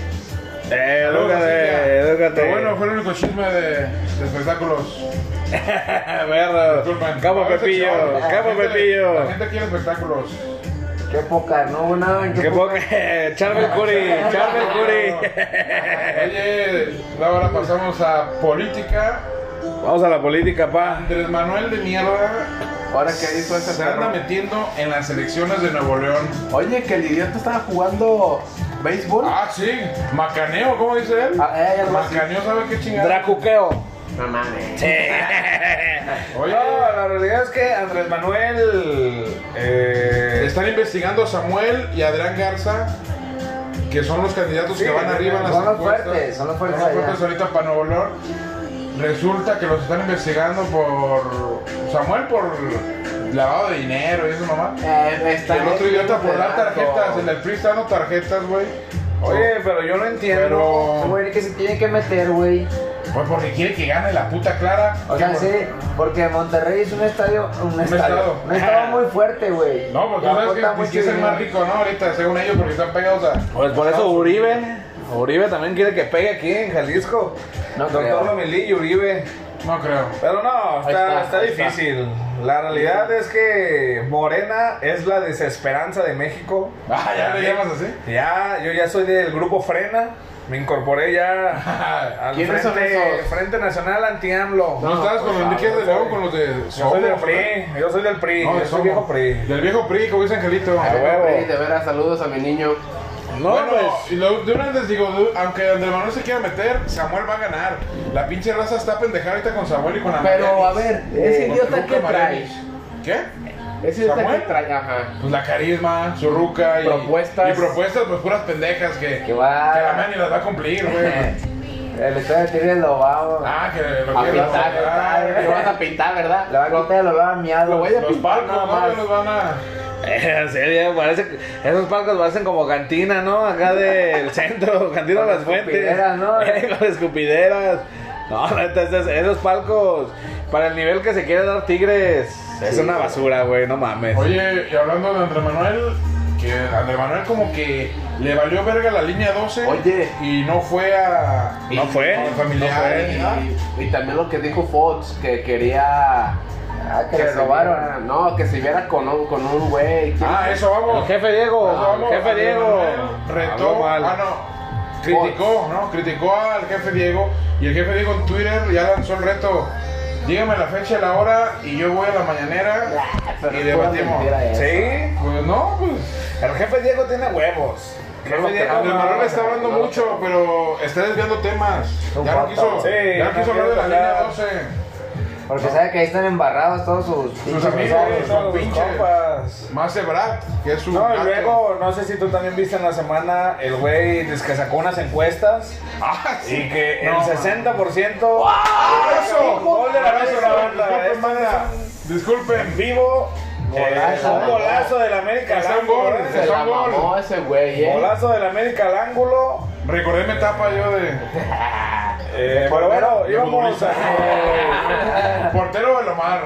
Eh,
Saludos,
edúcate,
Silvia.
edúcate.
Pero bueno, fue el único chisme de, de espectáculos.
<laughs> Perro.
Disculpen.
Capo
A ver,
Pepillo,
sección. La
Capo
gente-
Pepillo. <laughs>
La gente quiere espectáculos. <laughs>
Qué poca, no hubo nada en
Qué
qué
poca. <laughs> Charvel Curry, Charvel Curry. <laughs>
Oye, ahora pasamos a política.
Vamos a la política, pa.
Andrés Manuel de mierda
Ahora que hizo ese
se anda
perro.
metiendo en las elecciones de Nuevo León.
Oye, que el idiota estaba jugando béisbol.
Ah, sí. Macaneo, ¿cómo dice él?
Ah, eh, algo así.
Macaneo, ¿sabe qué chingada?
Dracuqueo.
No mames.
Oye,
<laughs> No, la realidad es que Andrés Manuel. Eh,
están investigando a Samuel y Adrián Garza, que son los candidatos
Sí,
que van arriba en las
son los
encuestas.
fuertes, son los fuertes
Son
allá.
ahorita para Nuevo León. Resulta que los están investigando por Samuel por lavado de dinero y eso mamá.
Eh, está
El otro idiota por dar
esperando.
tarjetas, el del PRI está dando tarjetas, güey.
oye, pero yo no entiendo.
Ese
Pero,
güey que se tiene que meter, güey.
pues porque quiere que gane la puta Clara.
O sea,
Que-
sí, porque Monterrey es un estadio, un, estadio,
estado.
un estado muy fuerte, güey.
No, porque
Ya
tú sabes
cuenta
que, pues,
mucho
que es el
dinero.
más rico, ¿no? Ahorita, según ellos, porque están pegados a.
Pues por eso Uribe. Uribe también quiere que pegue aquí en Jalisco.
No
Doctor
creo.
Lomelí y Uribe.
No creo. <laughs>
Pero no, está,
Ahí está,
está
ahí está.
difícil. La realidad es que Morena es la desesperanza de México.
Ah, ya le llamas así.
Ya, yo ya soy del grupo Frena. Me incorporé ya al
¿Quiénes son
frente,
esos?
Frente Nacional Anti-AMLO.
¿No, estabas
pues,
con los Enrique
ah,
de León, con los de
yo soy del
Somos,
PRI, yo soy del PRI,
No,
yo
de
soy
Somos.
viejo PRI.
Del viejo PRI, como dice Angelito.
Ah,
Bueno,
huevo.
Sí, de veras, saludos a mi niño.
y lo-
pues.
de una vez digo, de- aunque Andrés Manuel se quiera meter, Samuel va a ganar. La pinche raza está pendejada ahorita con Samuel y con Amalia.
Pero a ver, ese idiota que trae.
Eh, ¿Qué?
Ese idiota que
¿Samuel?
trae, ajá.
Pues la carisma, su ruca y
Propuestas.
Y propuestas, pues puras pendejas que,
Que va-
que la man ni las va a cumplir, güey.
<laughs>
El estadio de Tigres lo va,
ah, que lo
A
quieren
pintar,
robar,
¿verdad? Lo
<laughs>
vas a pintar,
le va
¿verdad?
a quitar el olor a miado.
Lo voy a
Los
pintar
palcos,
nada
¿no? Que
más.
los van a.
En serio, parece, esos palcos parecen como cantina, ¿no? Acá del centro, cantina de
Con
las fuentes.
escupideras, ¿no?
Eh, Con escupideras. No, la neta, esos, esos palcos, para el nivel que se quiere dar Tigres, es
Sí.
una basura, güey, no mames.
Oye, y hablando de Andrés Manuel, que Andrés Manuel como que le valió verga la línea 12.
Oye.
Y no fue a.
No fue,
Con familiares.
Y, y también lo que dijo Fox, que quería
Ah, que
se
le robaron.
viera- no, que se viera con un, con un güey. que-
Ah, eso vamos.
El jefe Diego,
Eso vamos,
el jefe
Andrés
Diego.
Manuel
Habló
Retó.
mal.
Ah, no. Criticó, ¿no? Criticó al jefe Diego. Y el jefe Diego en Twitter ya lanzó el reto. Dígame la fecha y la hora y yo voy a la mañanera
Ah, pero
y
es pura
debatimos.
mentira eso.
Sí,
Pues no, pues.
el jefe Diego tiene huevos. El jefe
No,
Diego
Andrés
no,
Manuel
no,
está hablando
no.
mucho, pero está desviando temas.
No
Ya no
falta.
quiso,
Sí,
ya no
no
quiso hablar de la
quiere
línea
tocar.
12.
Porque sabe que ahí están embarrados todos sus pinches
Sí,
amigos.
mensajes.
son
Son
pinches. compas.
Más Ebrat, que es su.
No, y
gato.
luego, no sé si tú también viste en la semana el güey es que sacó unas encuestas
<laughs> Ah, sí.
y que
No,
el 60%
¡Eso!
Gol de la mesa, la banda,
Disculpen,
eh.
banda.
en
Disculpen.
vivo, eh,
Golazo.
un golazo del América
Es
al
un gol.
ángulo,
Es
¿eh?
Se la
un gol.
mamó ese güey, eh.
Golazo del América al ángulo.
Recordé mi etapa yo
<laughs>
de
Eh, pero bueno,
de
íbamos <laughs> Eh,
futbolista.
a,
portero del Omar.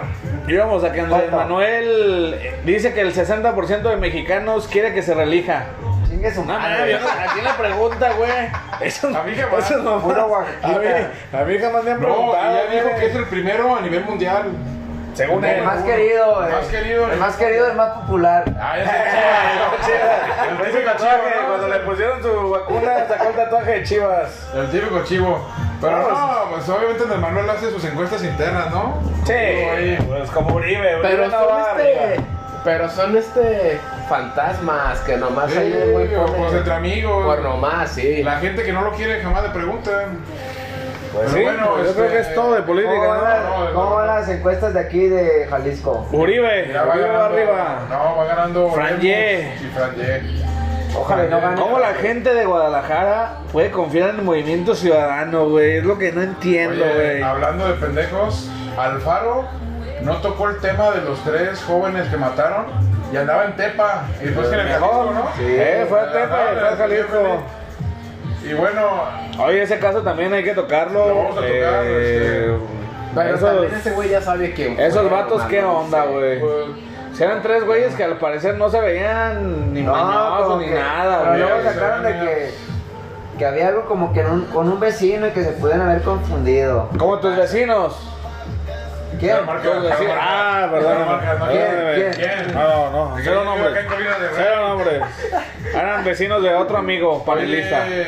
íbamos a que Andrés
Falta.
Manuel eh, dice que el 60% de mexicanos quiere que se relija.
Chingue su
No,
madre.
mames, aquí la pregunta, güey. Eso,
A mí jamás.
eso no-
Puro
a
Oaxaquita.
mí, a mí jamás me han
No, y
preguntado.
ya dijo
güey.
que es el primero a nivel mundial.
Según
El
él. <laughs>
más querido,
El
eh.
más querido.
El más querido, el más popular.
Ah, <laughs> ese es
Chivas.
Chivas.
El
El típico
tatuaje, cuando le
chivo.
pusieron su vacuna, sacó el tatuaje de Chivas.
¿no? El típico chivo. Pero
No,
no, pues obviamente Andrés Manuel hace sus encuestas internas, ¿no? Digo,
Sí,
ahí.
pues como Uribe, Uribe
Pero
no
son
va
este.
arriba.
Pero son este. Fantasmas que nomás
Sí,
ahí el güey
o
pone-
pues entre amigos.
Por nomás, sí.
La gente que no lo quiere jamás le preguntan.
Pues
Pero
sí,
bueno,
yo
este-
creo que es todo de
¿Cómo
política,
van,
¿no?
las,
no, no,
cómo van
no.
las encuestas de aquí de Jalisco?
Uribe,
Ya va
Uribe va
ganando.
arriba.
No, va ganando.
Fran Ye.
Sí, Fran Ye.
Ojalá y no gane.
¿Cómo la gente de Guadalajara puede confiar en el movimiento ciudadano, güey? Es lo que no entiendo,
Oye,
güey.
hablando de pendejos, Alfaro no tocó el tema de los tres jóvenes que mataron y andaba en Tepa. Y después que en el Jalisco, ¿no?
Pues, Sí, eh, fue a
Ah,
Tepa y fue a Jalisco.
Y bueno,
Oye, ese caso también hay que tocarlo.
Lo vamos a tocar,
eh,
Pero también
esos,
ese güey ya sabe quién fue,
esos vatos,
hermano,
¿qué
no
onda,
sé.
güey?
pues,
Si eran tres güeyes que al parecer no se veían ni
No,
mañosos
como
ni
que-
nada,
Pero
güey.
luego sacaron de que, que había algo como que en un- con un vecino y que se pueden haber confundido.
Como tus vecinos.
¿Quién?
la marca-
Tus
la
vecinos.
marca-
Ah,
la
perdón.
marca, ¿no?
¿Quién?
¿Quién?
No, no,
Que
cero
yo vivo acá
nombres.
en Colinas de Rey.
Cero nombres. Eran vecinos de otro amigo, panelista.
Oye,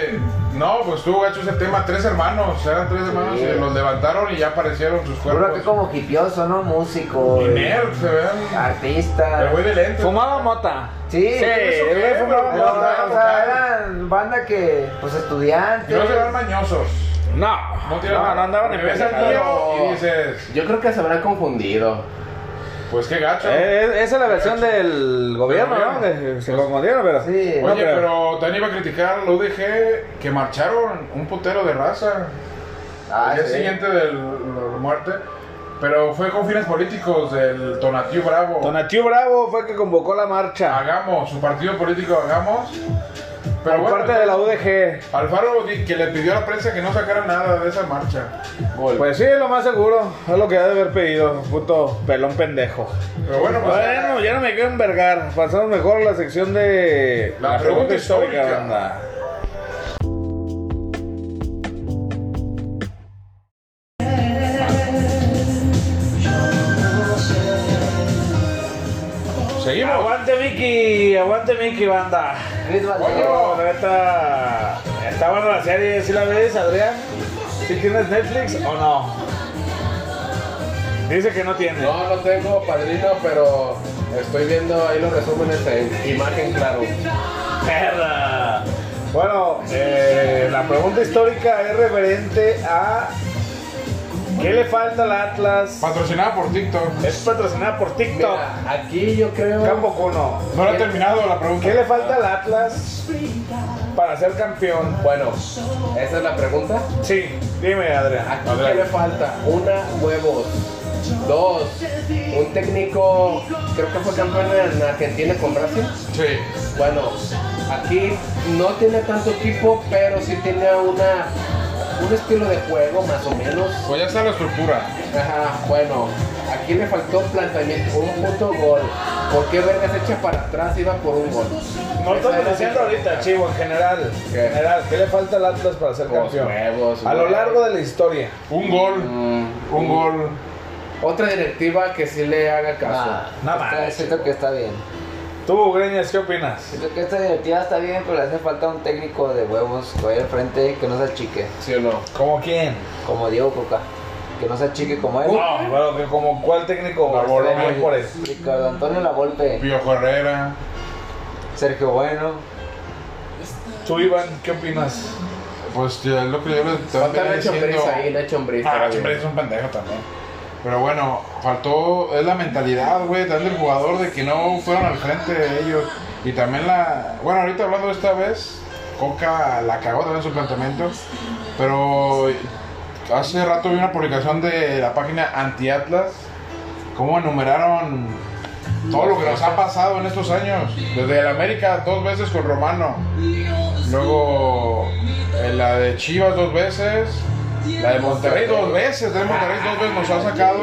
No, pues tú, hecho ese tema, tres hermanos, eran tres hermanos, y los levantaron y ya aparecieron sus
Seguro que
cuerpos.
como hipioso, ¿no? Músico,
Y
eh,
nerd, se vean. El
Ah,
artista.
güey de lentes.
Fumaba mota.
Sí,
Sí, el güey
qué,
fumaba
Pero,
mota.
o sea, eran banda que, pues
Y
estudiantes.
no se van mañosos.
No,
No, tiran-
no, no andaban en
Porque ves al
pendejadas.
tío y dices,
Yo creo que se habrán confundido.
pues qué gacho.
Eh, eh, Esa es la versión del gobierno, ¿no? Que se confundieron, pero.
Sí.
No,
Oye,
pero-
pero también iba a criticar la UDG que marcharon un putero de raza.
Ah,
al día
sí.
Pues siguiente de la muerte. Pero fue con fines políticos del Tonatiu Bravo.
Donatiu Bravo fue el que convocó la marcha.
Hagamos, su partido político Hagamos. Ah, Pero
Por
bueno,
parte de la UDG.
Alfaro di- que le pidió a la prensa que no sacara nada de esa marcha.
Gol.
Pues sí, lo más seguro. Es lo que ha de haber pedido. Puto pelón pendejo.
Pero bueno, pues.
Bueno, ya no me quiero envergar. Pasamos mejor a la sección de.
La pregunta histórica.
banda.
seguimos.
Aguante, Mickey. Aguante, Mickey, banda.
Luis Valdés.
Bueno, neta. Está buena la serie. ¿Sí la ves, Adrián? ¿Sí tienes Netflix o no? Dice que no tiene.
No, no tengo padrino, pero estoy viendo ahí los resúmenes en imagen, claro.
Perra. Bueno, eh, la pregunta histórica es referente a ¿qué le falta al Atlas?
Patrocinada por TikTok.
Es patrocinada por TikTok.
Mira, aquí yo creo.
Campo Cuno.
No la he terminado la pregunta.
¿Qué le falta al Atlas para ser campeón?
Bueno, esa es la pregunta.
Sí, dime Adrián.
Aquí ¿qué le falta una huevos, dos un técnico creo que fue campeón en Argentina con Brasil.
Sí.
Bueno, aquí no tiene tanto equipo, pero sí tiene una un estilo de juego más o menos.
Pues ya está la estructura.
Ajá, bueno, aquí le faltó planteamiento, un puto gol. ¿Por qué vergas echa para atrás iba por un gol? Mm,
No
Esa
estamos
era
diciendo
mi-
ahorita, Chivo, en general.
¿Qué?
En general, ¿qué le falta al Atlas para ser
Los
campeón?
huevos,
A lo
güey.
largo de la historia.
Un gol.
Mm,
Un gol.
otra directiva que sí le haga caso.
Nah,
No
está-
manches,
siento que está bien.
Tú, Greñas, ¿qué opinas?
Siento que esta directiva está bien, pero le hace falta un técnico de huevos que vaya al frente que no se achique.
¿Sí o no?
¿Como quién?
Como Diego Coca. Que no se achique como él.
Ah, bueno, que como cuál técnico
La
Voló
Volpe.
muy por él.
Ricardo Antonio Lavolpe,
Pío Correra.
Sergio Bueno.
Tú, Iván, ¿qué opinas?
Pues ya es lo que yo le estaba
Falta Nacho Ambriz ahí,
diciendo.
Nacho Ambriz.
Ah,
todavía.
siempre es un pendejo también. Pero bueno, faltó, es la mentalidad, güey, también del jugador de que no fueron al frente de ellos. Y también la, bueno, ahorita hablando de esta vez, Coca la cagó también en su planteamiento. Pero hace rato vi una publicación de la página Anti-Atlas, cómo enumeraron todo lo que nos ha pasado en estos años. Desde el América dos veces con Romano. Luego eh, la de Chivas dos veces. La de Monterrey dos veces. La de Monterrey dos veces nos ha sacado.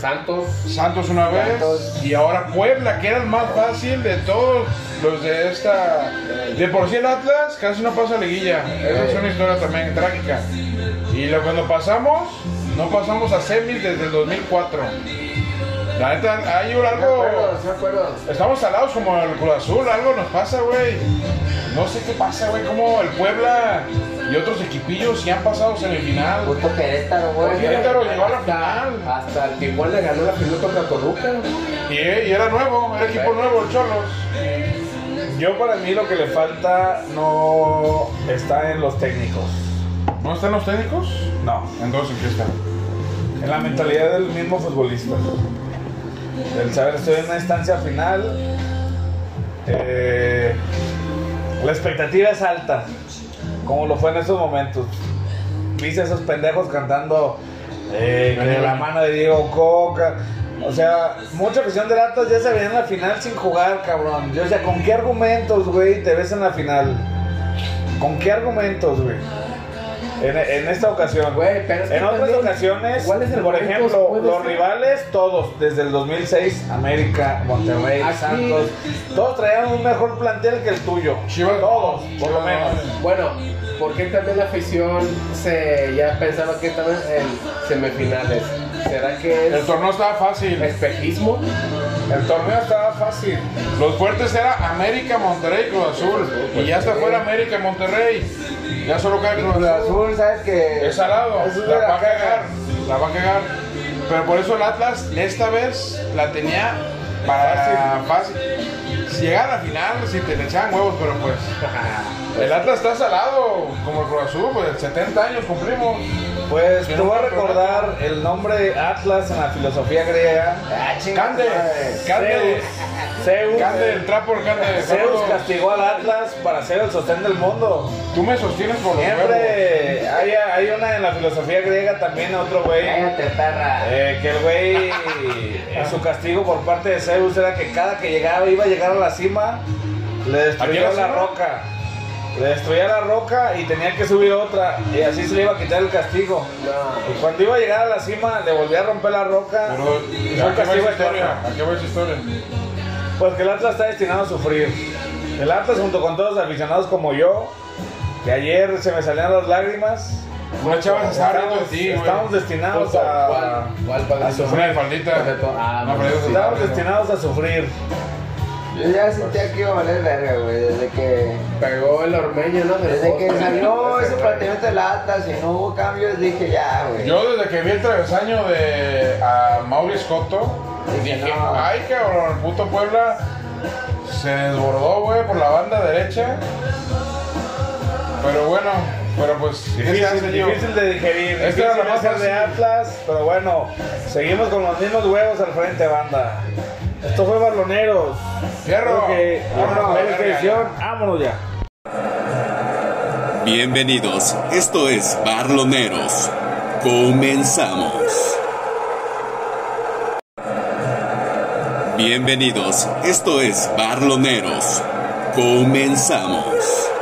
Santos.
Santos una vez.
Santos.
Y ahora Puebla, que era el más fácil de todos los de esta. De por sí el Atlas casi no pasa liguilla. Esa es una historia también trágica. Y lo, cuando pasamos, no pasamos a semis desde el 2004. La neta, hay un
Me
algo.
acuerdo, me acuerdo.
Estamos salados como el Cruz Azul, algo nos pasa, güey. No sé qué pasa, güey, como el Puebla y otros equipillos sí han pasado semifinal.
Justo Querétaro, güey.
Querétaro llegó a la
Hasta-
final.
Hasta el Tijuana le ganó la final contra Toluca.
Y, y era nuevo, era equipo nuevo, el Cholos.
Yo, para mí, lo que le falta no está en los técnicos.
¿No están los técnicos?
No,
Entonces, ¿en qué están?
en la mentalidad del mismo futbolista. El saber, estoy en una instancia final. eh, la expectativa es alta, como lo fue en esos momentos. Viste a esos pendejos cantando eh, que de la mano de Diego Coca. O sea, mucha afición de latas ya se veía en la final sin jugar, cabrón. Yo, o sea, ¿con qué argumentos, güey, te ves en la final? ¿Con qué argumentos, güey? En, en esta ocasión,
Güey, pero es que
en otras
también,
ocasiones,
¿cuál es el
por
momento?
ejemplo,
Puede
los
ser.
rivales, todos, desde el 2006, América, Monterrey,
Aquí.
Santos, todos traían un mejor plantel que el tuyo.
Chivas.
todos, por lo
Chivas.
menos.
Bueno, ¿por qué también la afición se ya pensaba que estaban en semifinales? ¿Será que
El
es
torneo estaba fácil.
espejismo?
El torneo estaba fácil.
Los fuertes era América, Monterrey, Cruz Azul. Y ya está fuera América, Monterrey. Ya solo cae Cruz
Cruz
Azul.
Azul, ¿sabes que
Es salado,
Eso es
la
de la
va a
caja.
cagar, la va a cagar. Pero por eso el Atlas esta vez la tenía para fácil. Si llegara a la final, si te le echaban huevos, pero pues. El Atlas está salado, como el Cruz Azul, pues 70 años cumplimos.
Pues
Sí,
te voy a
no,
recordar el nombre de Atlas en la filosofía griega.
Ah, chinga
Cande,
madre.
Cande,
Zeus,
Cande, el trapo, Cande.
Zeus
Saludos.
castigó al Atlas para ser el sostén del mundo.
Tú me sostienes por los huevos.
Siempre hay, hay una en la filosofía griega también, otro güey.
Cállate, perra.
Eh, que el güey, eh, su castigo por parte de Zeus era que cada que llegaba, iba a llegar a la cima, le
¿A
destruía
quién la
la
cima?
roca. Le destruía la roca y tenía que subir otra. Y así se le iba a quitar el castigo.
No.
Y cuando iba a llegar a la cima, le volvía a romper la roca.
Pero,
y
¿a
fue un
qué va
castigo
esa
eterno.
historia? ¿A qué va esa historia?
Pues que el Atlas está destinado a sufrir. El Atlas, junto con todos los aficionados como yo, que ayer se me salían las lágrimas.
Una chava se está riendo de
Estamos,
ti, güey.
estamos destinados
Justo,
a.
¿Cuál? Pues,
Ah, a
¿Cuál padrino?
sufrir.
Una de faldita.
Perfecto. Ah,
Una
no,
faldita se está
Estamos
riendo.
destinados a sufrir.
Yo ya sentía que iba a valer verga, güey, desde que...
Pegó el ormeño, ¿no? Del
Desde que
poste. <laughs>
salió ese planteamiento del Atlas y no hubo cambios, dije ya, güey.
Yo desde que vi el travesaño de a Mauri Scotto, dije,
No.
ay cabrón, el puto Puebla se desbordó, güey, por la banda derecha. Pero bueno, pero pues, ¿qué se hace,
Difícil,
tío?
Este, difícil de digerir.
Es que
difícil
Este era lo más
hacer de
fácil.
Atlas, pero bueno, seguimos con los mismos huevos al frente, banda. Esto fue Barloneros.
Fierro.
Creo que
Vámonos,
vámonos,
verga,
edición. vámonos ya.
Bienvenidos, esto es Barloneros. Comenzamos. Bienvenidos, esto es Barloneros. Comenzamos.